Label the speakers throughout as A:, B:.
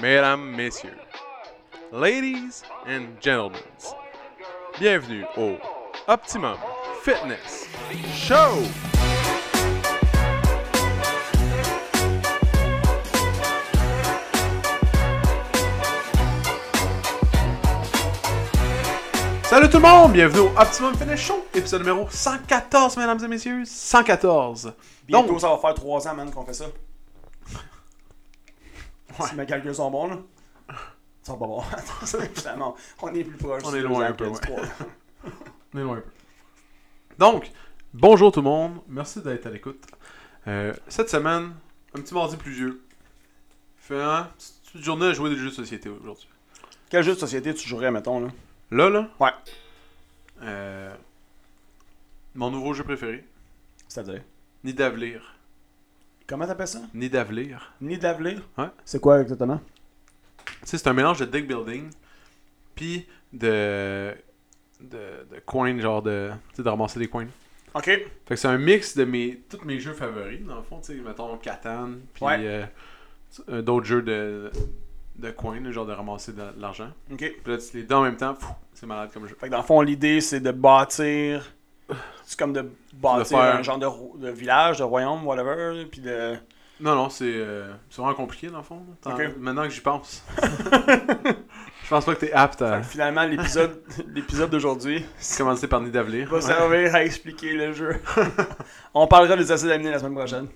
A: mesdames, messieurs, ladies and gentlemen, bienvenue au Optimum Fitness Show! Salut tout le monde, bienvenue au Optimum Fitness Show, épisode numéro 114, mesdames et messieurs, 114.
B: Bientôt, ça va faire 3 ans, man, qu'on fait ça. Si mes calculs sont bons, là. Ça va pas bon. Finalement, on est plus proche.
A: On
B: du
A: est
B: deux
A: loin
B: ans
A: un peu,
B: que du
A: ouais.
B: trois ans.
A: On est loin un peu. Donc, bonjour tout le monde. Merci d'être à l'écoute. Euh, cette semaine, un petit mardi pluvieux. Fait un petite journée à jouer des jeux de société aujourd'hui.
B: Quel jeu de société tu jouerais, mettons, là
A: Là, là.
B: Ouais.
A: euh, mon nouveau jeu préféré.
B: C'est-à-dire
A: Ni d'avenir.
B: Comment t'appelles ça
A: Ni d'avenir.
B: Nid d'avenir
A: Ouais.
B: C'est quoi exactement
A: Tu sais, c'est un mélange de deck building. Puis de. De, de coins, genre de. Tu sais, de ramasser des coins.
B: Ok.
A: Fait que c'est un mix de mes tous mes jeux favoris, dans le fond, tu sais, mettons Catan, puis
B: Ouais.
A: euh, tu- euh, d'autres jeux de, de coin, là, genre de ramasser de, de l'argent.
B: Ok.
A: Puis là, tu les deux en même temps, pfff, c'est malade comme jeu.
B: Fait que dans le fond, l'idée, c'est de bâtir. C'est comme de bâtir
A: faire-
B: un genre de, ro- de village, de royaume, whatever. Puis de.
A: Non, non, c'est euh, c'est vraiment compliqué, dans le fond. là. Tant-
B: Ok.
A: Maintenant que j'y pense. Je pense pas que t'es apte
B: Fait
A: à
B: que finalement, l'épisode l'épisode d'aujourd'hui
A: commencer par Nid d'avenir.
B: va servir à expliquer le jeu. on parlera des acides aminés la semaine prochaine.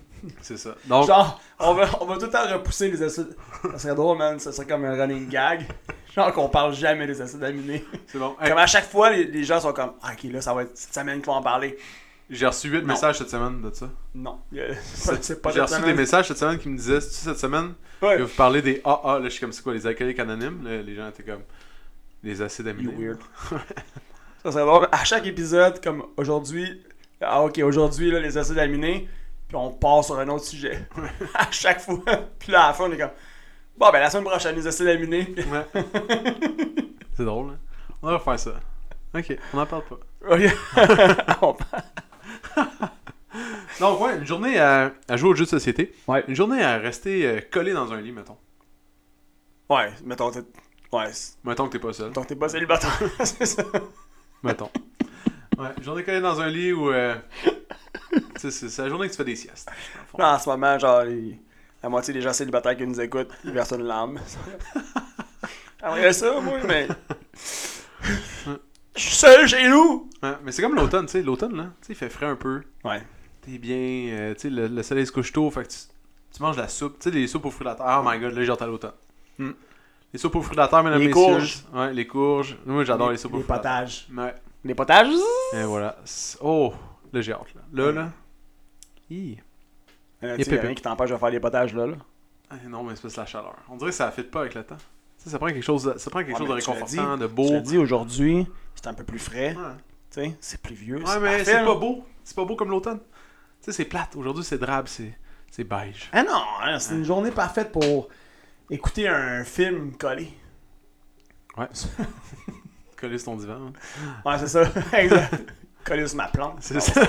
A: C'est ça. Donc,
B: Genre, on va, on va tout le temps repousser les acides. Ça serait drôle, man. Ça serait comme un running gag. Genre qu'on parle jamais des acides aminés.
A: c'est bon. Hey,
B: Comme à chaque fois, les, les gens sont comme Ah, Ok, là, ça va être cette semaine qu'on va en parler.
A: J'ai reçu 8
B: Non.
A: messages cette semaine de ça.
B: Non. euh, C'est c'est pas
A: J'ai
B: cette
A: reçu
B: semaine.
A: des messages cette semaine qui me disaient, C'est-tu cette semaine,
B: Ouais.
A: Et vous parlez des AA, là, je suis comme, c'est quoi, les alcooliques anonymes? Là, les gens étaient comme, les acides
B: You
A: aminés.
B: weird. ça serait drôle. À chaque épisode, comme aujourd'hui, ah, ok, aujourd'hui, là, les acides aminés, puis on part sur un autre sujet. à chaque fois. puis là, à la fin, on est comme Bon, ben la semaine prochaine, les acides aminés. Puis-
A: Ouais. c'est drôle, hein? On va faire ça. Ok, on n'en parle pas.
B: On-
A: Donc, ouais, une journée à, à jouer aux jeux de société.
B: Ouais.
A: Une journée à rester euh, collé dans un lit, mettons.
B: ouais, mettons, t'es- ouais, c'est-
A: Mettons que t'es pas seul.
B: mettons que t'es pas célibataire. c'est ça.
A: mettons. Ouais, une journée collée dans un lit où. euh, tu sais, c'est c'est la journée que tu fais des siestes. dans le fond.
B: Là, en ce moment, genre, il- la moitié des gens célibataires qui nous écoutent, ils versent une larme. J'aimerais ça, moi, mais. Je suis seul chez nous!
A: Ouais, mais c'est comme l'automne, tu sais. L'automne, là, tu sais, il fait frais un peu.
B: Ouais.
A: T'es bien. euh, tu sais, le, le soleil se couche tôt, fait que tu, tu manges de la soupe. Tu sais, les soupes aux fruits de la terre. Oh my god, là, j'entends l'automne.
B: Hmm.
A: Les soupes aux fruits de la terre, mesdames
B: Les
A: messieurs.
B: courges.
A: Ouais, les courges. Moi, j'adore les, soupes aux
B: Les
A: fruits de la terre.
B: potages.
A: Ouais.
B: Les potages?
A: Et voilà. C'est- Oh, là, j'ai hâte, là. Là, là. Hi.
B: Il
A: y a
B: y a
A: pépé.
B: rien qui t'empêche de faire les potages, là. là.
A: Eh non, mais c'est parce que la chaleur. On dirait que ça ne fit pas avec le temps. Tu sais, ça prend quelque chose, de- ça prend quelque
B: Ouais,
A: chose de
B: mais tu l'as
A: réconfortant,
B: dit.
A: de
B: Je
A: beau.
B: l'ai dit aujourd'hui, c'est un peu plus frais.
A: Ouais,
B: Tu sais, c'est plus vieux.
A: Ouais, mais c'est pas beau. C'est pas beau comme l'automne. Tu sais, c'est plate. Aujourd'hui, c'est drabe, c'est c'est beige.
B: Ah non, hein, c'est une journée parfaite pour écouter un film collé.
A: Ouais. Coller sur ton divan. hein.
B: Ouais, c'est ça. exact. collé sur ma plante.
A: C'est ça.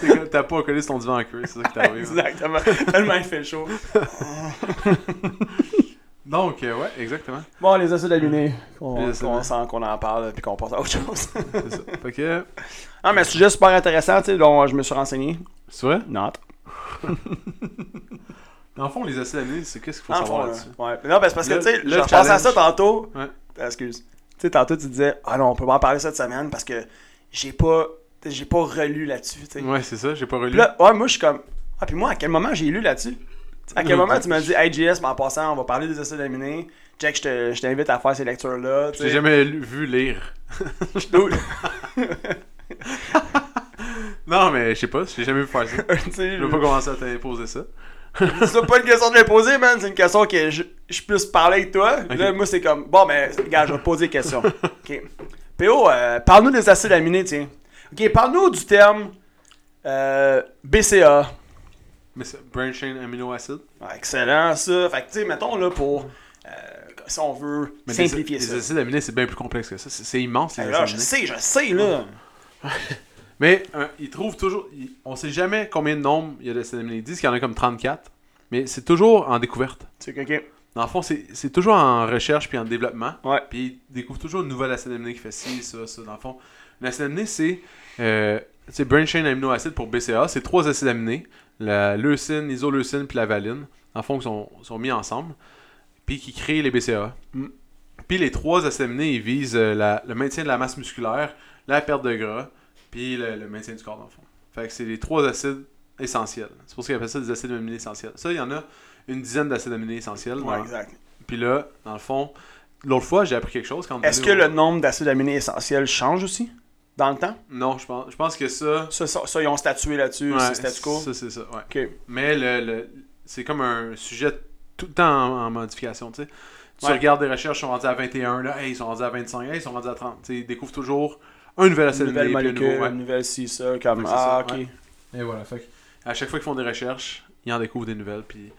A: T'es comme- T'as pas collé sur ton divan en creux, c'est ça qui t'arrive. hein.
B: Exactement. Tellement il fait chaud.
A: Donc, euh, ouais, exactement.
B: Bon, les acides aminés,
A: Les
B: qu'on
A: acides
B: qu'on
A: aminés.
B: sent qu'on en parle puis qu'on passe à autre chose.
A: C'est ça. Fait que,
B: non, mais sujet super intéressant, tu sais, dont je me suis renseigné.
A: c'est vrai?
B: Not.
A: Dans le fond, les acides aminés, c'est qu'est-ce qu'il faut
B: Dans le fond,
A: savoir
B: là.
A: là-dessus?
B: Ouais. Mais Non, parce parce que,
A: Ah, Le-
B: tu sais,
A: le
B: je pensais à ça
A: challenge.
B: tantôt. Euh,
A: Ouais.
B: Excuse. Tu sais, tantôt, tu disais, ah non, on peut pas en parler cette semaine parce que j'ai pas, j'ai pas relu là-dessus, tu sais.
A: Ouais, c'est ça, j'ai pas
B: Puis
A: relu.
B: là, ouais, moi, je suis comme, ah, puis moi, à quel moment j'ai lu là-dessus? Tu sais, À quel
A: Oui,
B: moment
A: oui.
B: tu m'as dit, hey, JS, mais en passant, on va parler des essais aminés. Jack, je te- je t'invite à faire ces lectures-là. tu
A: J'ai
B: sais.
A: jamais lu- vu lire.
B: Dude,
A: Non, mais je sais pas, j'ai jamais vu faire ça.
B: tu sais,
A: Je veux pas commencer à t'imposer ça.
B: C'est pas une question de me poser, man. C'est une question que je, je puisse parler avec toi. Là, moi, c'est comme, bon, mais, gars, je vais te poser des questions. OK. PO, euh, parle-nous des acides aminés, tiens. OK, parle-nous du terme euh, BCA.
A: Mais c'est brain chain amino acid.
B: Ah, excellent, ça. Fait que, tu sais, mettons, là, pour, euh, si on veut
A: Mais les-
B: simplifier
A: les,
B: ça.
A: acides aminés, c'est bien plus complexe que ça. C'est, c'est immense, les
B: Ah,
A: acides
B: là, je
A: aminés.
B: sais, je sais, là.
A: Mais euh, ils trouvent toujours. ils- on sait jamais combien de nombres il y a d'acides aminés. Ils disent qu'il y en a comme 34. Mais c'est toujours en découverte.
B: C'est que, ok.
A: Dans le fond, c'est c'est toujours en recherche puis en développement.
B: Ouais.
A: Puis ils découvrent toujours une nouvelle acide aminé qui fait ci, ça, ça. Dans le fond, l'acide aminé, c'est euh, c'est brain chain amino acid pour BCA. C'est trois acides aminés la leucine, isoleucine puis la valine. Dans le fond, qui sont, sont mis ensemble. Puis qui créent les BCA.
B: Mm.
A: Puis les trois acides aminés, ils visent euh, la- le maintien de la masse musculaire, la perte de gras, puis le, le maintien du corps, dans le fond. Fait que c'est les trois acides essentiels. C'est pour ça qu'ils appellent ça des acides aminés essentiels. Ça, il y en a une dizaine d'acides aminés essentiels.
B: Ouais,
A: dans-
B: exact.
A: puis là, dans le fond, l'autre fois, j'ai appris quelque chose. quand on
B: Est-ce que
A: donnait
B: le nombre d'acides aminés essentiels change aussi dans le temps
A: au- Non, je pense, je pense que ça...
B: Ça, ça, ça, ils ont statué là-dessus,
A: ouais,
B: c'est statu quo.
A: Ça, c'est ça, ouais.
B: Ok.
A: Mais le, le- c'est comme un sujet tout le temps en, en modification, tu sais. Tu
B: Ouais.
A: regardes des recherches, ils sont rendus à 21, là, hey, ils sont rendus à 25, hey, ils sont rendus à 30. Tu sais, ils découvrent toujours un nouvel
B: Une
A: acide
B: nouvelle
A: aminé, puis un
B: molécule,
A: nouveau, ouais.
B: une nouvelle ci, ça, comme.
A: Fait que c'est
B: Ah,
A: ça,
B: ok.
A: ouais. Et voilà, fait que à chaque fois qu'ils font des recherches, ils en découvrent des nouvelles, puis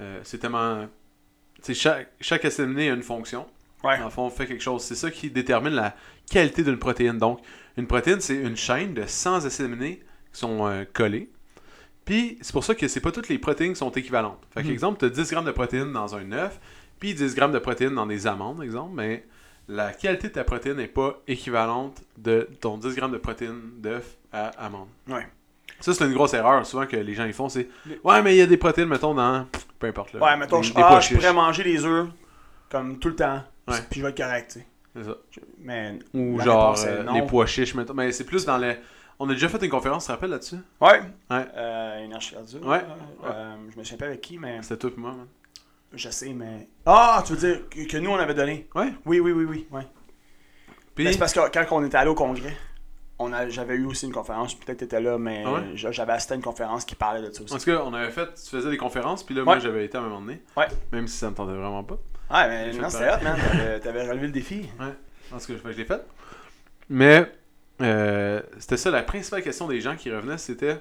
A: euh, c'est tellement... Tu sais, chaque, chaque acide aminé a une fonction.
B: Ouais.
A: Dans le fond, on fait quelque chose. C'est ça qui détermine la qualité d'une protéine. Donc, une protéine, c'est une chaîne de 100 acides aminés qui sont euh, collés. Puis, c'est pour ça que c'est pas toutes les protéines qui sont équivalentes. Fait
B: Mhm.
A: qu'exemple, tu as 10 grammes de protéines dans un œuf, puis 10 grammes de protéines dans des amandes, exemple, mais la qualité de ta protéine n'est pas équivalente de ton 10 grammes de protéines d'œuf à amande.
B: Ouais.
A: Ça, c'est une grosse erreur souvent que les gens ils font, c'est
B: Les-
A: Ouais, mais il y a des protéines, mettons, dans. Peu importe. Là,
B: Ouais, mettons,
A: des-
B: je,
A: des
B: ah,
A: pois
B: je
A: chiches.
B: pourrais manger les œufs comme tout le temps.
A: Ouais.
B: Puis je vais être correct, tu sais.
A: C'est ça.
B: Je- Mais.
A: Ou
B: la
A: genre
B: réponse est
A: euh,
B: non.
A: les pois chiches, mettons. Mais c'est plus dans les. On a déjà fait une conférence, tu te rappelles là-dessus
B: Ouais.
A: Ouais.
B: Euh, une arche cardio.
A: Ouais.
B: Euh, je me souviens pas avec qui, mais.
A: C'était toi et moi, man.
B: Ben, Je sais, mais. Ah, tu veux dire que, que nous, on avait donné
A: Ouais.
B: Oui, oui, oui, oui. Ouais.
A: Puis,
B: Mais c'est parce que quand on était allé au congrès, on a- j'avais eu aussi une conférence, peut-être t'étais là, mais
A: Ah ouais?
B: j'a- j'avais assisté à une conférence qui parlait de ça aussi.
A: en tout cas, on avait fait. Tu faisais des conférences, puis là, moi,
B: Ouais.
A: j'avais été à un moment donné.
B: Ouais.
A: Même si ça me tentait vraiment pas.
B: Ouais, mais
A: J'ai
B: non,
A: fait
B: c'était hot, man. T'avais- T'avais relevé le défi.
A: En tout cas, fait que je l'ai fait. Mais, euh, c'était ça, la principale question des gens qui revenaient, c'était.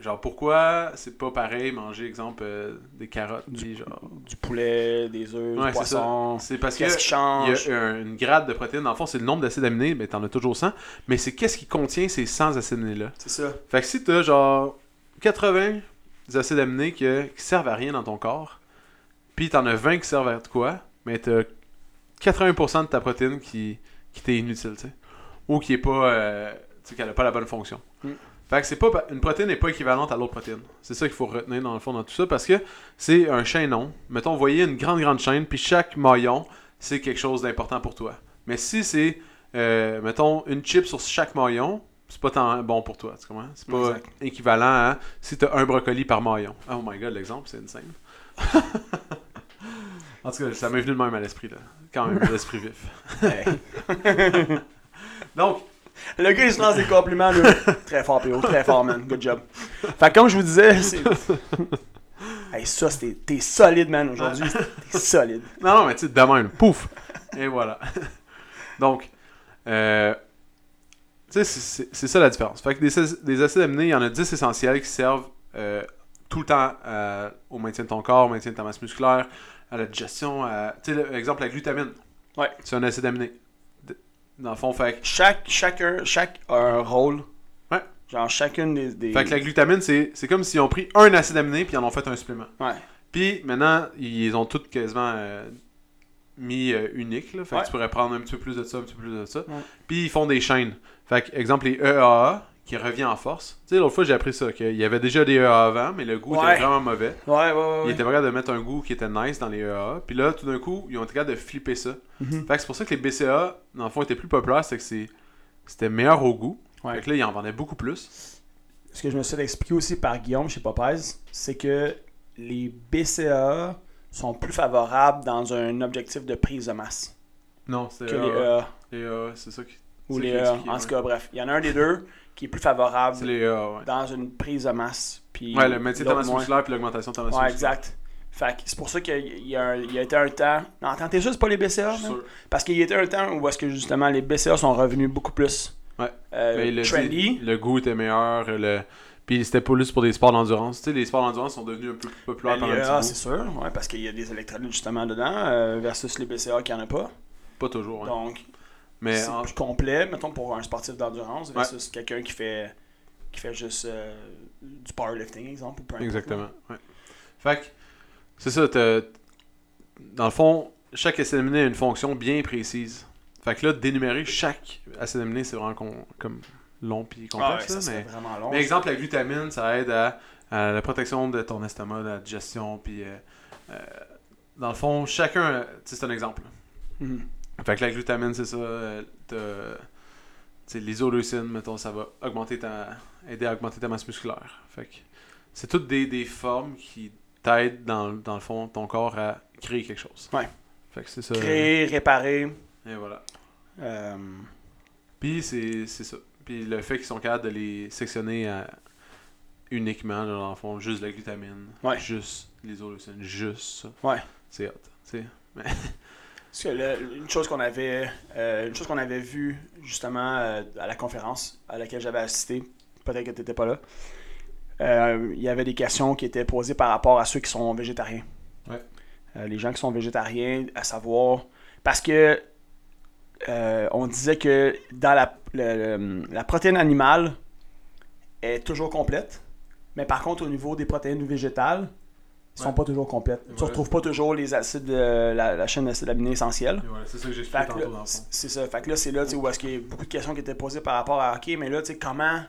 A: Genre, pourquoi c'est pas pareil manger, exemple, euh, des carottes, puis genre.
B: Du poulet, des œufs,
A: Ouais,
B: du
A: c'est
B: poisson.
A: C'est parce que.
B: Qu'est-ce qui
A: Il
B: change
A: y a une grade de protéines. Dans le fond, c'est le nombre d'acides aminés, mais t'en as toujours 100. Mais c'est qu'est-ce qui contient ces 100 acides aminés-là.
B: C'est ça.
A: Fait que si t'as genre 80 acides aminés que- qui servent à rien dans ton corps, puis t'en as 20 qui servent à de quoi, mais t'as 80% de ta protéine qui, qui t'est inutile, tu sais. Ou qui est pas. euh, tu sais, qu'elle a pas la bonne fonction.
B: Mm.
A: Fait que c'est pas. pa- Une protéine n'est pas équivalente à l'autre protéine. C'est ça qu'il faut retenir dans le fond dans tout ça, parce que c'est un chaînon. Mettons, vous voyez une grande, grande chaîne, puis chaque maillon, c'est quelque chose d'important pour toi. Mais si c'est. euh, mettons, une chip sur chaque maillon, c'est pas tant bon pour toi, tu comprends? C'est pas
B: Exact.
A: équivalent à si t'as un brocoli par maillon. Oh my god, l'exemple, c'est insane. en tout cas, ça m'est venu de même à l'esprit, là. Quand même, l'esprit vif.
B: Ouais.
A: Donc,
B: Le gars, il se lance des compliments, là. très fort, P.O. Très fort, man. Good job. Fait que comme je vous disais, c'est. hey, ça, c'était- t'es solide, man, aujourd'hui. T'es solide.
A: non, non, mais tu sais, de même, pouf! Et voilà. Donc, euh, tu sais, c'est- c'est c'est ça la différence. Fait que des, ac- des acides aminés, il y en a 10 essentiels qui servent euh, tout le temps à- au maintien de ton corps, au maintien de ta masse musculaire, à la digestion, à, tu sais, le- exemple, la glutamine.
B: Ouais.
A: C'est un acide aminé. D- Dans le fond, fait que
B: Chaque, chacun, chaque a un rôle.
A: Ouais.
B: Genre, chacune des. des...
A: Fait que la glutamine, c'est c'est comme s'ils ont pris un acide aminé puis ils en ont fait un supplément.
B: Ouais.
A: Puis maintenant, ils ont toutes quasiment euh, mis euh, unique. Là. Fait
B: Ouais.
A: que tu pourrais prendre un petit peu plus de ça, un petit peu plus de ça.
B: Ouais.
A: Puis ils font des chaînes. Fait que, exemple, les EAA qui revient en force. Tu sais, l'autre fois, j'ai appris ça, qu'il y avait déjà des EAA avant, mais le goût
B: Ouais.
A: était vraiment mauvais.
B: Ouais, ouais, ouais.
A: Ils
B: ouais.
A: étaient capables de mettre un goût qui était nice dans les E EAA. Puis là, tout d'un coup, ils ont été capables de flipper ça.
B: Mhm.
A: Fait que c'est pour ça que les BCA, dans le fond, étaient plus populaires. C'est que c'est- c'était meilleur au goût.
B: Ouais.
A: Fait que là, ils en vendaient beaucoup plus.
B: ce que je me suis fait expliquer aussi par Guillaume chez Popeyes, c'est que les BCA sont plus favorables dans un objectif de prise de masse
A: Non, E c'était
B: que les E
A: EAA.
B: EA.
A: Les EA, c'est E ça qui.
B: Ou
A: Euh, c'est
B: les E
A: qui
B: EA.
A: expliquait,
B: En
A: ouais.
B: tout cas, bref, il y en a un des deux qui est plus favorable
A: C'est les E EA, ouais.
B: dans une prise de masse. Puis
A: Ouais, le métier de ta
B: l'autre
A: masse
B: moins.
A: musculaire puis l'augmentation de ta masse
B: Ouais,
A: musculaire.
B: exact. Fait que c'est pour ça qu'il y a, un- il y a été un temps. Non, attends, t'es sûr, c'est pas les BCA?
A: Je suis
B: man?
A: sûr.
B: Parce qu'il y a été un temps où est-ce que justement les BCA sont revenus beaucoup plus
A: Ouais.
B: euh,
A: Mais il l'a dit,
B: trendy.
A: le goût était meilleur. Le... Puis c'était pas juste pour des sports d'endurance. Tu sais, les sports d'endurance sont devenus un peu plus populaires
B: Ben,
A: par un
B: les
A: petit
B: EA,
A: bout.
B: c'est sûr, ouais, parce qu'il y a des électrolytes justement dedans, euh, versus les BCA qui en a pas.
A: Pas toujours. hein.
B: Donc,
A: Mais ah,
B: c'est
A: en-
B: plus complet, mettons, pour un sportif d'endurance, versus quelqu'un qui fait, qui fait juste euh, du powerlifting, exemple. Ou peu importe.
A: Exactement. ouais. Fait que, c'est ça, t'as- dans le fond, chaque essai éliminé a une fonction bien précise. Fait que là, dénumérer chaque essai éliminé, c'est vraiment con- comme long puis
B: Ah
A: complexe.
B: ouais, ça
A: là,
B: serait
A: mais...
B: vraiment long.
A: mais exemple, la glutamine, ça aide à, à la protection de ton estomac, de la digestion, puis euh, euh, dans le fond, chacun, euh, tu sais, c'est un exemple.
B: Mhm.
A: Fait que la glutamine, c'est ça. euh, t'as- t'sais, L'isoleucine, mettons, ça va augmenter ta, aider à augmenter ta masse musculaire. Fait que c'est toutes des, des formes qui t'aident, dans, dans le fond, ton corps à créer quelque chose.
B: Ouais.
A: Fait que c'est ça.
B: Créer, réparer.
A: Et voilà.
B: euh,
A: Puis c'est c'est ça. Puis le fait qu'ils sont capables de les sectionner à- uniquement, là, dans le fond, juste la glutamine,
B: Ouais.
A: juste l'isoleucine, juste ça.
B: Ouais.
A: C'est hot. t'sais.
B: parce que là, une chose qu'on avait, euh, une chose qu'on avait vue justement euh, à la conférence à laquelle j'avais assisté, peut-être que tu n'étais pas là, euh, il y avait des questions qui étaient posées par rapport à ceux qui sont végétariens.
A: Ouais.
B: Euh, les gens qui sont végétariens, à savoir, parce que euh, on disait que dans la, le- le- la protéine animale est toujours complète, mais par contre au niveau des protéines végétales, ne sont
A: Ouais.
B: pas toujours complètes. Tu
A: Voilà.
B: retrouves pas toujours les acides, euh, la, la chaîne d'acide aminés essentielle.
A: Et voilà, c'est ça que j'expliquais
B: Fait que
A: tantôt,
B: là,
A: dans le fond.
B: c'est c'est ça. Fait que là, c'est là tu sais, où est-ce qu'il y a beaucoup de questions qui étaient posées par rapport à OK, mais là, tu sais, comment,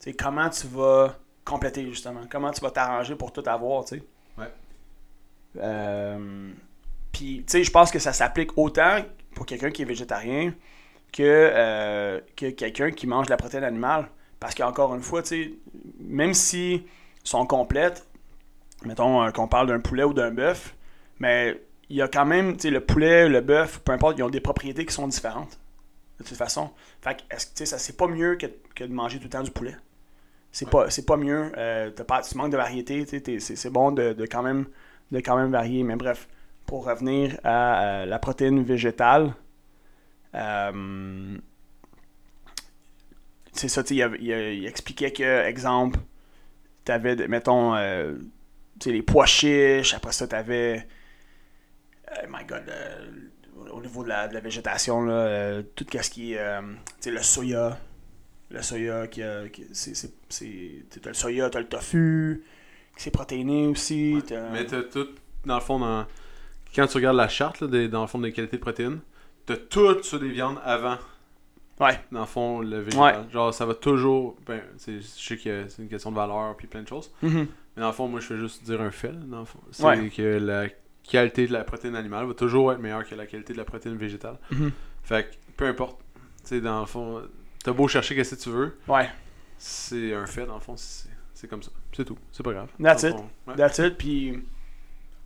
B: tu sais, comment tu vas compléter justement Comment tu vas t'arranger pour tout avoir, tu sais
A: Ouais.
B: Euh, Puis, tu sais, je pense que ça s'applique autant pour quelqu'un qui est végétarien que, euh, que quelqu'un qui mange de la protéine animale. Parce qu'encore une fois, tu sais, même si sont complètes, mettons euh, qu'on parle d'un poulet ou d'un bœuf, mais il y a quand même, tu sais, le poulet, le bœuf, peu importe, ils ont des propriétés qui sont différentes. De toute façon. Fait que, est-ce que, tu sais, ça, c'est pas mieux que, que de manger tout le temps du poulet. C'est
A: Ouais.
B: pas, c'est pas mieux. euh, t'as pas, tu manques de variété, tu sais, t'es- c'est, c'est bon de, de quand même, de quand même varier. Mais bref, pour revenir à euh, la protéine végétale, euh, c'est ça, tu sais, il, avait- il a- il expliquait que, exemple, t'avais, de- mettons, euh, tu sais, les pois chiches, après ça, t'avais, euh, my god, euh, au niveau de la, de la végétation, là, euh, tout ce qui est, euh, tu sais, le soya, le soya, qui, a- qui- c'est, c'est, c'est- t'as le soya, t'as le tofu, qui c'est protéiné aussi,
A: Ouais.
B: t'as-
A: Mais t'as tout, dans le fond, dans- quand tu regardes la charte, là, des- dans le fond, des qualités de protéines, t'as tout sur des viandes avant.
B: Ouais.
A: Dans le fond, le végétal. Genre, ça va toujours. Ben, c'est- je sais que c'est une question de valeur puis plein de choses.
B: Mhm.
A: Mais dans le fond, moi, je veux juste dire un fait. là, Dans le fond. C'est
B: Ouais.
A: que la qualité de la protéine animale va toujours être meilleure que la qualité de la protéine végétale.
B: Mhm.
A: Fait que, peu importe. Tu sais, dans le fond, t'as beau chercher qu'est-ce que tu veux,
B: Ouais.
A: c'est un fait, dans le fond, c'est c'est comme ça. C'est tout. C'est pas grave.
B: That's
A: Dans le
B: it.
A: fond, ouais.
B: That's it. Puis,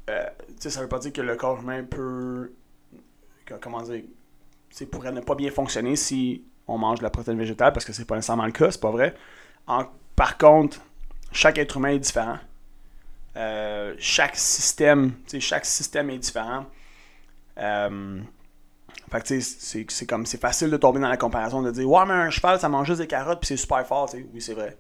B: euh, tu sais, ça veut pas dire que le corps humain peut. que- comment dire. C'est pourrait ne pas bien fonctionner si on mange de la protéine végétale, parce que c'est pas nécessairement le cas, c'est pas vrai. En- par contre, chaque être humain est différent. Euh, chaque système, tu sais, chaque système est différent. Euh, fait que, tu sais, c'est c'est comme c'est facile de tomber dans la comparaison de dire ouais mais un cheval ça mange juste des carottes puis c'est super fort tu sais oui c'est vrai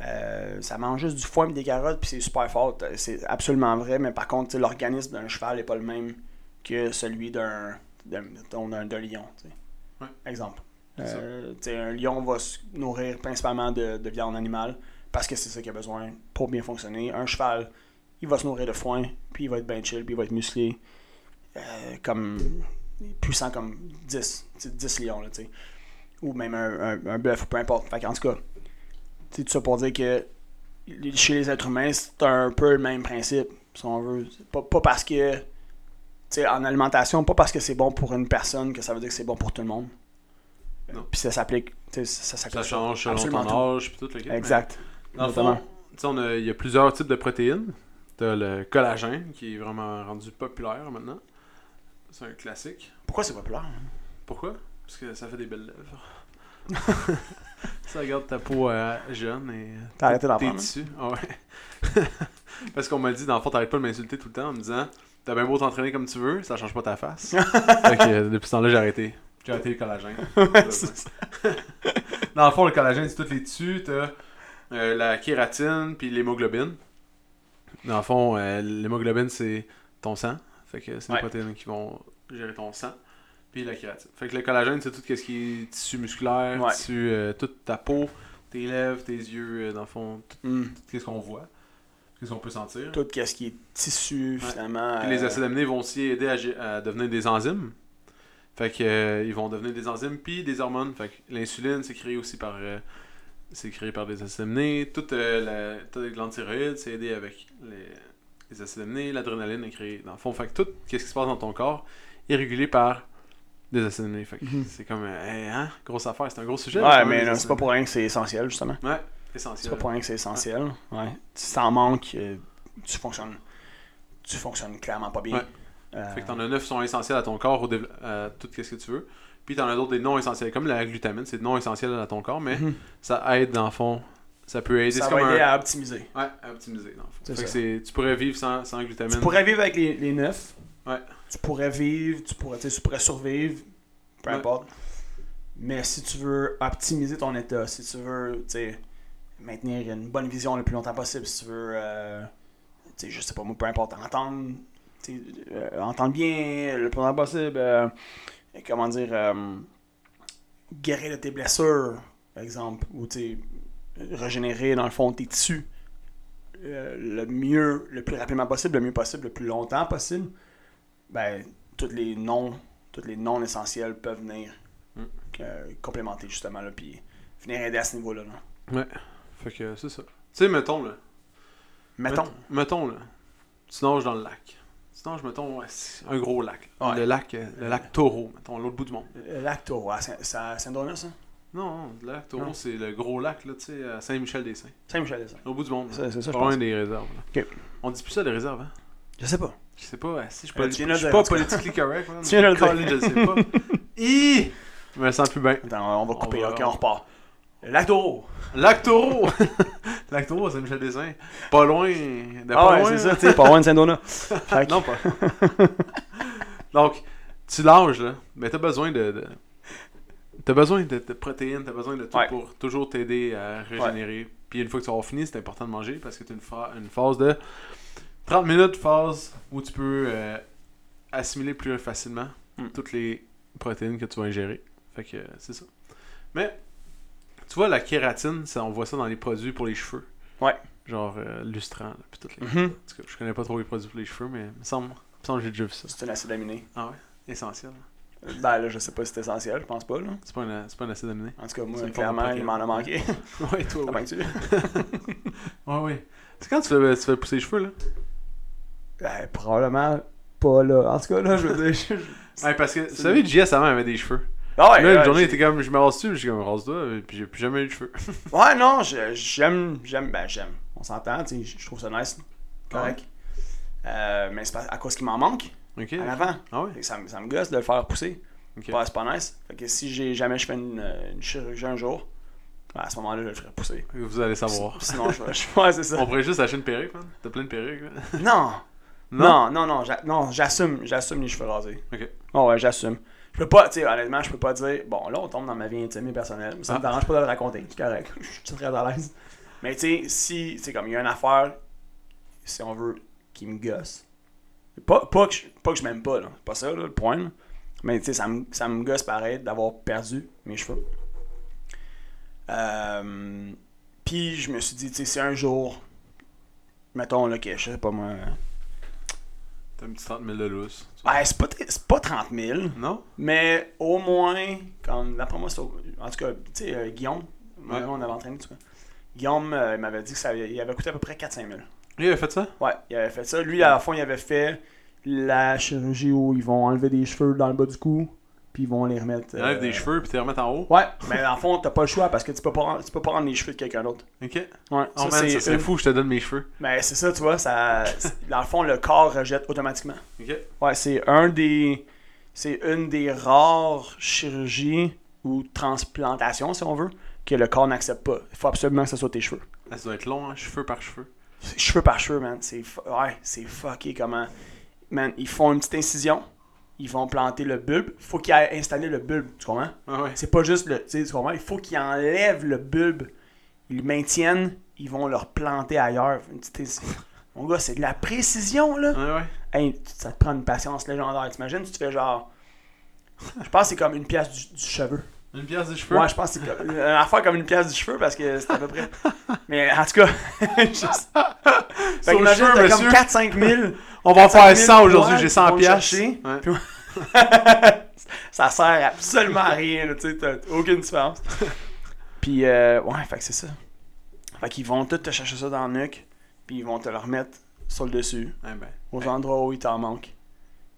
B: Euh, ça mange juste du foin et des carottes puis c'est super fort Euh, c'est absolument vrai mais par contre tu sais, l'organisme d'un cheval n'est pas le même que celui d'un d'un mettons, d'un- d'un lion tu sais.
A: Ouais.
B: exemple
A: C'est ça.
B: Euh, tu sais, un lion va se nourrir principalement de, de viande animale parce que c'est ça qu'il a besoin pour bien fonctionner un cheval il va se nourrir de foin puis il va être bien chill puis il va être musclé euh, comme puissant comme 10, tu sais, 10 lions, là, tu sais. Ou même un, un, un bœuf, peu importe. Fait en tout cas, c'est tout ça pour dire que les- chez les êtres humains, c'est un peu le même principe, si on veut. C'est Pas, pas parce que, tu sais, en alimentation, pas parce que c'est bon pour une personne que ça veut dire que c'est bon pour tout le monde.
A: Non.
B: Euh, Puis ça s'applique, tu sais,
A: Ça
B: ça, s'applique sur
A: change selon
B: absolument
A: ton âge puis tout le kit,
B: tout.
A: mais-
B: Exact.
A: Dans le
B: Notamment.
A: fond, tu sais, on a- il y a plusieurs types de protéines. T'as le collagène qui est vraiment rendu populaire maintenant. C'est hein? un classique.
B: Pourquoi c'est populaire?
A: Pourquoi Parce que ça fait des belles lèvres. ça garde ta peau euh, jeune et
B: T'as arrêté d'en
A: tes
B: prendre, hein?
A: tissus. Ah ouais. Parce qu'on m'a dit, dans le fond, t'arrêtes pas de m'insulter tout le temps en me disant T'as bien beau t'entraîner comme tu veux, ça change pas ta face. fait que, euh, depuis ce temps-là, j'ai arrêté. J'ai arrêté le collagène.
B: c'est
A: dans le fond, le collagène, c'est tous les tissus. T'as euh, la kératine puis l'hémoglobine. Dans le fond, euh, l'hémoglobine, c'est ton sang. Fait que c'est
B: Ouais.
A: les protéines qui vont gérer ton sang. Puis la kératine. Fait que le collagène, c'est tout ce qui est tissu musculaire,
B: Ouais.
A: tissu, euh, toute ta peau, tes lèvres, tes yeux, euh, dans le fond,
B: Hmm.
A: qu'est-ce qu'on voit. Parce Qu'est-ce qu'on peut sentir?
B: Tout qu'est-ce qui est tissu,
A: Ouais.
B: finalement.
A: Puis les
B: euh,
A: acides aminés vont aussi aider à, gé- à devenir des enzymes. Fait que euh, ils vont devenir des enzymes puis des hormones. Fait que l'insuline c'est créé aussi par euh, c'est créé par des acides aminés. Toute euh, la toute la glande thyroïde c'est aidé avec les, les acides aminés. L'adrénaline est créée dans le fond. Fait que tout ce qui se passe dans ton corps est régulé par des acides aminés. Fait que
B: Mhm.
A: c'est comme euh, hey, hein, grosse affaire. C'est un gros sujet.
B: Ouais,
A: quand même,
B: mais
A: les
B: là,
A: acides
B: c'est pas pour rien que c'est essentiel, justement.
A: aminés. Ouais,
B: C'est
A: essentiel.
B: pas pour rien que c'est essentiel. Ouais. Si t'en manques, euh, tu fonctionnes. Tu fonctionnes clairement pas bien.
A: Ouais.
B: Euh,
A: Fait que t'en as 9 qui sont essentiels à ton corps, au dévelop- à tout ce que tu veux. Puis t'en as d'autres des non essentiels, comme la glutamine, c'est non essentiel à ton corps, mais
B: Mhm.
A: ça aide dans le fond. Ça peut aider.
B: ça
A: c'est
B: va
A: comme
B: aider
A: un-
B: à optimiser.
A: Ouais, à optimiser dans le fond.
B: C'est
A: Fait que
B: ça.
A: c'est- tu pourrais vivre sans, sans glutamine.
B: Tu pourrais vivre avec les, les neuf.
A: Ouais.
B: Tu pourrais vivre, tu pourrais, tu sais, tu pourrais survivre, peu
A: Ouais.
B: importe. Mais si tu veux optimiser ton état, si tu veux tu sais, maintenir une bonne vision le plus longtemps possible, si tu veux, euh, tu sais, je sais pas moi, peu importe, entendre, tu sais, euh, entendre bien le plus longtemps possible, euh, et comment dire, euh, guérir de tes blessures, par exemple, ou tu sais, régénérer dans le fond tes tissus euh, le mieux, le plus rapidement possible, le mieux possible, le plus longtemps possible, ben, toutes les non, toutes les non essentiels peuvent venir
A: Mm.
B: euh, complémenter justement là, puis venir aider à ce niveau-là. là.
A: Fait que c'est ça. Tu sais, mettons là.
B: Mettons,
A: Mettons là. Tu nages dans le lac. Tu nages, mettons, ouais, c'est un gros lac.
B: Ouais.
A: Le lac euh, le lac Taureau, mettons, l'autre bout du monde.
B: le lac Taureau, à Saint- c'est à Saint-Donat, ça?
A: Non, non, le lac Taureau,
B: Non.
A: c'est le gros lac, là, tu sais, à Saint-Michel-des-Saints.
B: Saint-Michel, ça.
A: L'autre bout du monde. là.
B: C'est c'est ça, je
A: Pas loin
B: pense.
A: des réserves. là.
B: Ok.
A: On dit plus ça, les réserves, hein?
B: Je sais pas.
A: Je sais pas, hein, si je suis
B: Euh,
A: pas,
B: tu viens de
A: je suis
B: le
A: pas
B: dire, en tout
A: politically correct. man.
B: Tu viens de le dire.
A: Colin, je le sais pas. Hi! Je me sens plus bien.
B: Attends, on va
A: On
B: couper,
A: va-
B: ok,
A: on-
B: on repart. Le lac Taureau!
A: Lac Taureau! Lac Taureau, c'est Michel Desain. Pas loin. De
B: Ah
A: pas
B: ouais,
A: loin,
B: c'est
A: là.
B: ça, tu sais, pas loin de Saint-Donat. Fait que-
A: Non, pas. Donc, tu lâches, là. Mais t'as besoin de. de... T'as besoin de, de protéines, t'as besoin de tout
B: Ouais.
A: pour toujours t'aider à régénérer. Puis une fois que tu auras fini, c'est important de manger parce que tu une, pha- une phase de 30 minutes, phase où tu peux euh, assimiler plus facilement
B: Mm.
A: toutes les protéines que tu vas ingérer. Fait que euh, c'est ça. Mais tu vois, la kératine, ça, on voit ça dans les produits pour les cheveux.
B: Ouais.
A: Genre euh, lustrant, là, puis toutes les
B: Mhm.
A: en tout cas, je connais pas trop les produits pour les cheveux, mais il me semble, il me semble que j'ai déjà vu ça.
B: C'est un acide aminé.
A: Ah ouais? Essentiel.
B: Ben là, je sais pas si c'est essentiel, je pense pas, là.
A: C'est pas, un- c'est pas un acide aminé.
B: En tout cas,
A: C'est
B: moi,
A: une forme de
B: clairement, il
A: protéine.
B: m'en a manqué.
A: ouais, toi,
B: T'as
A: ouais.
B: bien que tu-
A: Ouais, ouais. C'est quand tu fais, tu fais pousser les cheveux, là?
B: Ben, probablement pas là. En tout cas, là, je veux dire. je- je-
A: Ouais, parce que, vous
B: c'est-
A: savez, JS avant avait des cheveux.
B: Ah ouais,
A: là, une
B: ouais,
A: journée, il
B: j'ai-
A: était comme, je me rase dessus, j'ai comme, rase-toi, puis j'ai plus jamais eu de cheveux.
B: Ouais, non, je- j'aime, j'aime, ben, j'aime. On s'entend, tu sais, je je trouve ça nice. Correct. Euh, mais c'est pas à cause qu'il m'en manque
A: ok?
B: en avant.
A: Ah ouais?
B: Fait que Ça, me- ça me gosse de le faire pousser.
A: Ok.
B: Ouais, c'est pas nice. Fait que si j'ai jamais je fais une, euh, une chirurgie un jour, ben, à ce moment-là, je le ferai pousser.
A: Vous allez savoir.
B: Si- Sinon, je vais. je- Ouais, c'est ça.
A: On pourrait juste acheter une perruque, man. T'as plein de perruques, là.
B: Non! Non, non, non, j'a- non, j'assume, j'assume les cheveux rasés.
A: Ok.
B: Oh ouais, j'assume. Je peux pas, tu sais, honnêtement, je peux pas dire, bon, là, on tombe dans ma vie intime et personnelle, mais ça me
A: Ah.
B: dérange pas de le raconter, c'est correct, je suis très à l'aise. Mais tu sais, si, c'est comme, il y a une affaire, si on veut, qui me gosse, pas, pas, que, je, pas que je m'aime pas, là, c'est pas ça, là, le point, là. mais tu sais, ça me, ça me gosse pareil d'avoir perdu mes cheveux. Euh, Puis je me suis dit, tu sais, si un jour, mettons, là, que je sais pas moi,
A: T'as un petit 30 000 de lousse.
B: Ouais, ben, c'est pas, t- c'est pas 30 000,
A: Non?
B: mais au moins, comme d'après moi, c'est au- en tout cas, tu sais, euh, Guillaume, moi,
A: Ouais.
B: on avait entraîné, tout ça. Guillaume euh, il m'avait dit que ça il avait coûté à peu près 4-5 000.
A: Lui, il avait fait ça?
B: Ouais, il avait fait ça. Lui, à la fin, il avait fait la chirurgie où ils vont enlever des cheveux dans le bas du cou, puis ils vont les remettre.
A: Il enlève
B: euh,
A: des cheveux, puis t'es remettre en haut.
B: Ouais, mais dans le fond, t'as pas le choix parce que tu peux pas, tu peux pas rendre les cheveux de quelqu'un d'autre.
A: Ok?
B: Ouais,
A: Oh,
B: ça,
A: man, ça
B: c'est
A: serait
B: une-
A: fou, je te donne mes cheveux.
B: Mais c'est ça, tu vois, ça, c'est- dans le fond, le corps rejette automatiquement.
A: Ok?
B: Ouais, c'est un des. C'est une des rares chirurgies ou transplantations, si on veut, que le corps n'accepte pas. Il faut absolument que ce soit tes cheveux.
A: Ah, Ça doit être long, hein, cheveux par cheveux.
B: C'est Cheveux par cheveux, man. C'est fu- ouais, c'est fucké comment. Man, ils font une petite incision. Ils vont planter le bulbe. Faut qu'il aille installer le bulbe, tu comprends?
A: Ah ouais.
B: C'est pas juste le. Tu sais, tu comprends? Il faut qu'ils enlèvent le bulbe. Ils le maintiennent. Ils vont le replanter ailleurs. Une petite incision. Mon gars, c'est de la précision, là.
A: Ouais, ouais.
B: Hey, tu- ça te prend une patience légendaire. T'imagines, tu te fais genre. Je pense que c'est comme une pièce du, du cheveu.
A: Une pièce des cheveux.
B: Ouais, je pense que c'est comme- euh, une affaire comme une pièce du cheveu parce que c'est à peu près. Mais en tout cas, juste. Fait
A: Sur le
B: qu'imagine,
A: cheveu,
B: t'as comme
A: monsieur.
B: 4-5 000.
A: On va en
B: 4-5
A: faire
B: 000
A: 100 aujourd'hui,
B: dollars
A: j'ai
B: qui
A: 100
B: vont le
A: piastres.
B: chercher.
A: Ouais.
B: ça sert absolument à rien, là, tu sais, t'as aucune différence. puis, euh, ouais, fait que c'est ça. Fait qu'ils vont tous te chercher ça dans le nuque, puis ils vont te le remettre sur le dessus,
A: Eh ben,
B: aux
A: eh,
B: endroits où il t'en manque.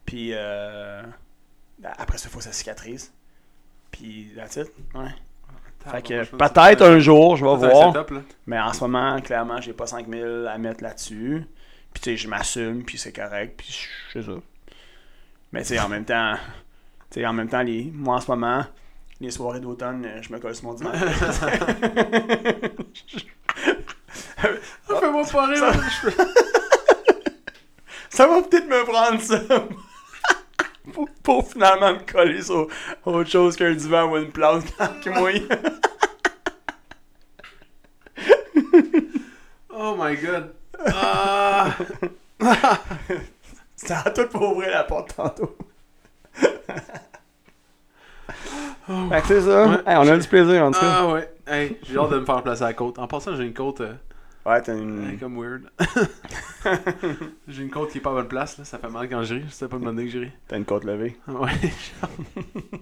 B: Puis, euh, ben, après ça, faut que ça cicatrise. Puis, that's it. Ouais.
A: Ah,
B: Fait que
A: tabarnouche, là,
B: peut-être un jour, je vais
A: c'est- c'est un
B: voir.
A: setup, là.
B: Mais en ce moment, clairement, j'ai pas 5000 à mettre là-dessus. Puis tu sais, je m'assume, puis c'est correct, puis je- je sais ça. Mais tu sais, en même temps, tu sais, en même temps, les, moi en ce moment, les soirées d'automne, euh, je me colle sur mon dimanche.
A: Ah, Fais-moi pas rire. là.
B: ça va peut-être me prendre ça. pour, pour finalement me coller sur autre chose qu'un divan ou une plante qui mouille.
A: Oh my god. Ah.
B: C'était à tout pour ouvrir la porte tantôt. Fait que c'est ça.
A: Ouais.
B: Hey, on a du plaisir en tout cas.
A: Ah ouais. Hey, j'ai hâte de me faire placer à la côte. En passant, j'ai une côte euh,
B: Ah. Ouais, t'as une.
A: comme weird. j'ai une côte qui est pas à bonne place, là. Ça fait mal quand je ris. Je sais pas de bonne idée que je ris.
B: T'as une côte levée.
A: Ah Ouais.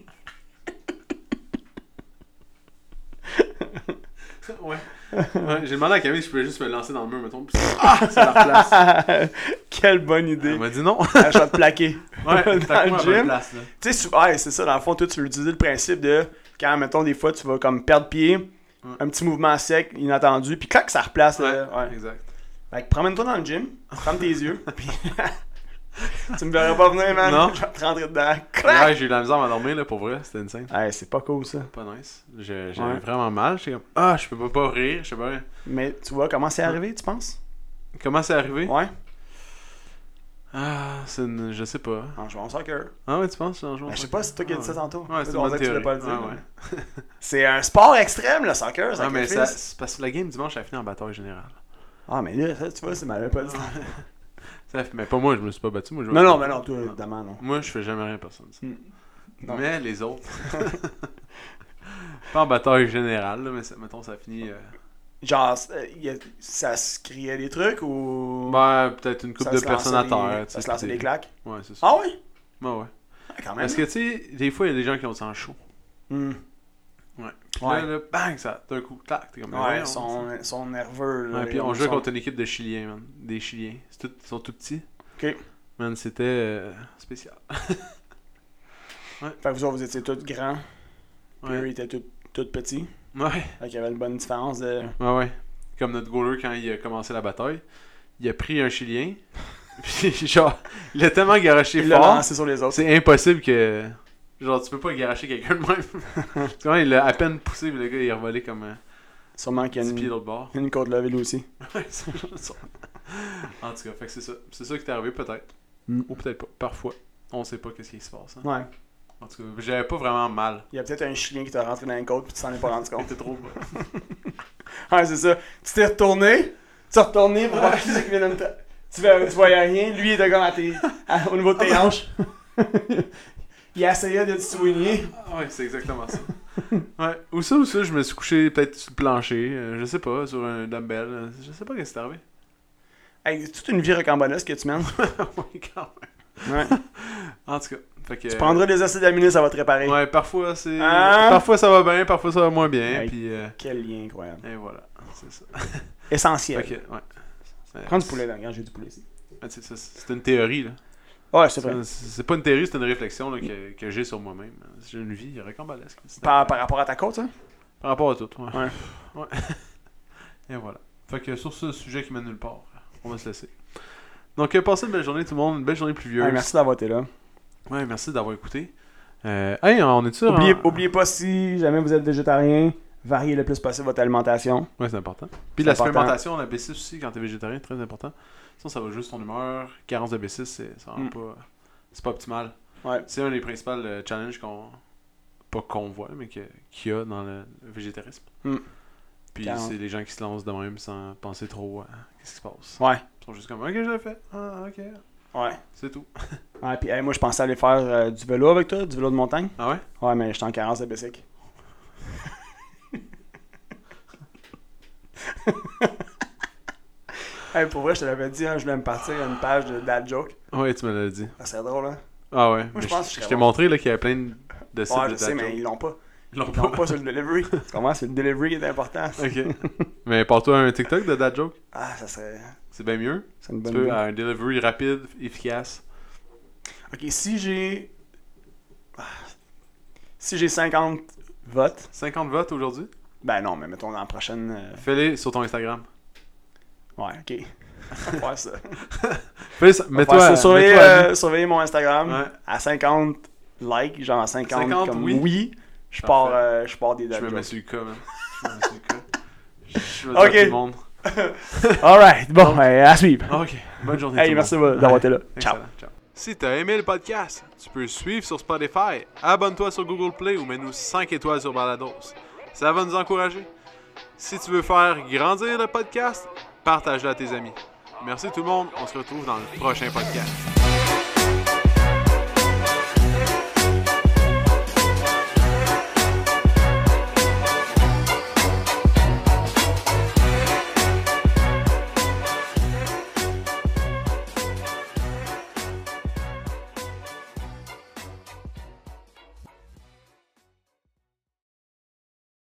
A: ouais. Ouais, j'ai demandé à Camille si je pouvais juste me lancer dans le mur, mettons. Puis... Ah, c'est leur place.
B: Quelle bonne
A: Elle
B: idée.
A: m'a dit non.
B: Ah, Je vais te plaquer.
A: Ouais,
B: Dans
A: t'as
B: le
A: quoi à
B: gym?
A: bonne place, là?
B: tu sais, sou- ouais, c'est ça. Dans le fond, toi, tu veux utiliser le principe de quand, mettons, des fois, tu vas comme perdre pied, un petit mouvement sec, inattendu, puis clac, ça replace. là. Ouais.
A: Exact.
B: Fait que promène-toi dans le gym, ferme tes yeux, puis. tu me verras pas venir, man.
A: Non.
B: Je vais te rentrer dedans. Clac!
A: Ouais, j'ai eu de la misère à m'endormir, là, pour vrai. C'était une scène.
B: Ouais, c'est pas cool ça.
A: Pas nice. J'ai- J'avais
B: Ouais.
A: vraiment mal. J'étais comme, ah, je peux pas, pas rire. Je sais pas.
B: Mais tu vois comment c'est arrivé, tu penses?
A: Comment c'est arrivé?
B: Ouais.
A: Ah, c'est une... je sais pas.
B: En jouant au soccer.
A: Ah ouais, tu penses c'est un jour?
B: Ben, je sais pas si c'est toi qui as dit ça tantôt.
A: Ah, Ouais, c'est une
B: On
A: bonne
B: dirait que tu voulais
A: théorie.
B: pas le dire.
A: Ouais, ouais.
B: mais- C'est un sport extrême, le soccer.
A: Ah, mais ça,
B: sacrifice.
A: c'est parce que la game dimanche, elle a fini en bataille générale.
B: Ah, mais là, ça, tu vois, c'est mal pas le temps.
A: Ça, mais pas moi, je me suis pas battu. Moi, je
B: Non, non, mais non, toi, évidemment, non.
A: Moi, je fais jamais rien à personne. ça.
B: Hmm. Non.
A: Mais les autres. pas en bataille générale, là, mais ça- mettons, ça finit. euh,
B: Genre, euh, il y a- ça se criait des trucs ou.
A: Ben, peut-être une coupe
B: ça
A: de
B: se lançait
A: personnes à
B: des-
A: terre. tu sais,
B: Ça se lançait
A: c'est-
B: des claques.
A: Ouais, c'est ça. Ben
B: Ah oui?
A: Ouais, ouais.
B: Ah, quand même.
A: Parce que, tu sais, des fois, il y a des gens qui ont le sang chaud.
B: Hmm.
A: Ouais. Puis
B: Ouais.
A: là, là, bang, ça, d'un coup, clac, t'es comme. mais
B: Ouais,
A: voyons,
B: ils sont, ils sont nerveux. Là,
A: Ouais, puis
B: Ils
A: on joue
B: sont-
A: contre une équipe de Chiliens, man. Des Chiliens. C'est tout- Ils sont tout petits.
B: Ok.
A: Man, c'était euh, spécial.
B: Fait que vous autres, vous étiez tous grands. Puis eux,
A: Ouais.
B: ils étaient tous, tous petits.
A: ouais.
B: Fait qu'il y avait une bonne différence de.
A: Ouais, ouais. Comme notre goaler, quand il a commencé la bataille, il a pris un Chilien. puis, genre, il a tellement garoché
B: Il l'a
A: fort.
B: lancé sur les autres.
A: C'est impossible que. Genre, tu peux pas garocher quelqu'un de même. tu vois, il l'a à peine poussé, puis le gars, il est revolé comme un
B: Sûrement qu'il y a
A: petit pied de
B: une,
A: l'autre bord.
B: une côte levée lui aussi.
A: Ouais, c'est ça. en tout cas, fait que c'est ça. C'est ça qui est arrivé, peut-être.
B: Mm.
A: Ou peut-être pas. Parfois. On sait pas qu'est-ce qui se passe. hein.
B: Ouais.
A: En tout cas, j'avais pas vraiment mal.
B: Il y a peut-être un chien qui t'a rentré dans une côte puis tu t'en es pas rendu compte.
A: T'es trop bas.
B: Ouais, c'est ça. Tu t'es retourné, tu t'es retourné pour voir qui c'est qui vient de me tra- tu, vois- tu voyais rien, lui il était comme à tes, à- au niveau de tes hanches. il essayait de te soigner.
A: Ah ouais, c'est exactement ça. ouais. Ou ça, ou ça, je me suis couché peut-être sur le plancher, euh, je sais pas, sur un dumbbell. euh, je sais pas qu'est-ce qui est arrivé.
B: Hey, c'est toute une vie rocambolesque que tu mènes.
A: ouais, quand même. En tout cas, fait que, euh,
B: Tu prendras des acides aminés, ça va te réparer.
A: Ouais, parfois c'est.
B: Hein?
A: Parfois ça va bien, parfois ça va moins bien,
B: Hey.
A: puis. euh,
B: Quel lien incroyable.
A: Et voilà, c'est ça.
B: Essentiel.
A: Ok, ouais. C'est-
B: Prends du poulet, là. Regarde, j'ai du poulet ici.
A: Ah, tu sais, ça, C'est une théorie, là.
B: Ouais, c'est vrai.
A: C'est c'est pas une théorie, c'est une réflexion là, que, que j'ai sur moi-même. J'ai une vie rocambolesque. C'est-
B: Par, par rapport à ta côte, hein? ça?
A: Par rapport à tout, ouais.
B: Ouais.
A: Ouais. Et voilà. Fait que sur ce sujet qui mène nulle part, on va se laisser. Donc, euh, passez une belle journée, tout le monde. Une belle journée pluvieuse.
B: Ouais, merci d'avoir été là.
A: Ouais, merci d'avoir écouté. Euh, hey, on est sûr.
B: Oubliez, oubliez pas si jamais vous êtes végétarien, variez le plus possible votre alimentation.
A: Ouais, c'est important. Puis
B: C'est
A: la
B: important.
A: supplémentation, la B6 aussi, quand t'es végétarien, très important. Sinon, ça va juste ton humeur. Carence de B6, c'est ça va
B: Mm.
A: pas. C'est pas optimal.
B: Ouais.
A: C'est un des principaux euh, challenges qu'on. Pas qu'on voit, mais que- qu'il y a dans le le végétarisme.
B: Mm.
A: Puis
B: Carence.
A: c'est les gens qui se lancent de même sans penser trop à qu'est-ce qui se passe.
B: Ouais.
A: Ils sont juste comme, ok, je l'ai fait. Ah, ok.
B: Ouais.
A: C'est tout.
B: Ouais, puis hey, moi je pensais aller faire euh, du vélo avec toi, du vélo de montagne.
A: Ah ouais?
B: Ouais, mais j'étais en carence de bicycle. Hey, pour vrai, je te l'avais dit, hein, je voulais me partir à une page de dad joke.
A: Ouais, tu me l'as dit.
B: Ah, c'est drôle, hein?
A: Ah ouais. mais
B: je pense que je
A: je
B: serais
A: t'ai
B: bon.
A: montré là, qu'il y avait plein de- de sites
B: Ouais,
A: de
B: je sais,
A: dad
B: mais
A: jokes.
B: ils l'ont pas.
A: Ils l'ont
B: Ils l'ont pas sur le delivery. tu comprends? C'est le delivery qui est important.
A: ok. Mais pour toi, un TikTok de dad joke,
B: Ah, ça serait.
A: c'est bien mieux.
B: C'est une
A: Tu
B: bonne
A: peux
B: idée.
A: à un delivery rapide, efficace.
B: Ok, si j'ai. Ah. Si j'ai 50 votes,
A: 50 votes aujourd'hui.
B: ben non, mais mettons dans la prochaine. euh,
A: Fais-les sur ton Instagram.
B: Ouais, ok. On va faire ça.
A: Fais-les sur-
B: Mets-toi,
A: Mets-toi à-
B: surveiller,
A: mets-toi à
B: euh, surveiller mon Instagram
A: Ouais.
B: à 50 likes, genre à 50,
A: 50
B: comme
A: oui.
B: oui. je, pars,
A: Parfait.
B: euh, je pars des
A: Je
B: dad
A: me mets
B: jokes.
A: sur le cas, man. Je me mets sur le cas. Je me
B: Ok.
A: mets tout le monde. Ah,
B: Alright, bon, ben, à suivre.
A: Ok. Bonne journée. tout
B: Hey,
A: le
B: merci
A: monde.
B: d'avoir été là. Ciao.
A: Excellent. Ciao. Si t'as aimé le podcast, tu peux le suivre sur Spotify, abonne-toi sur Google Play ou mets-nous 5 étoiles sur Balados. Ça va nous encourager. Si tu veux faire grandir le podcast, partage-le à tes amis. Merci tout le monde, on se retrouve dans le prochain podcast.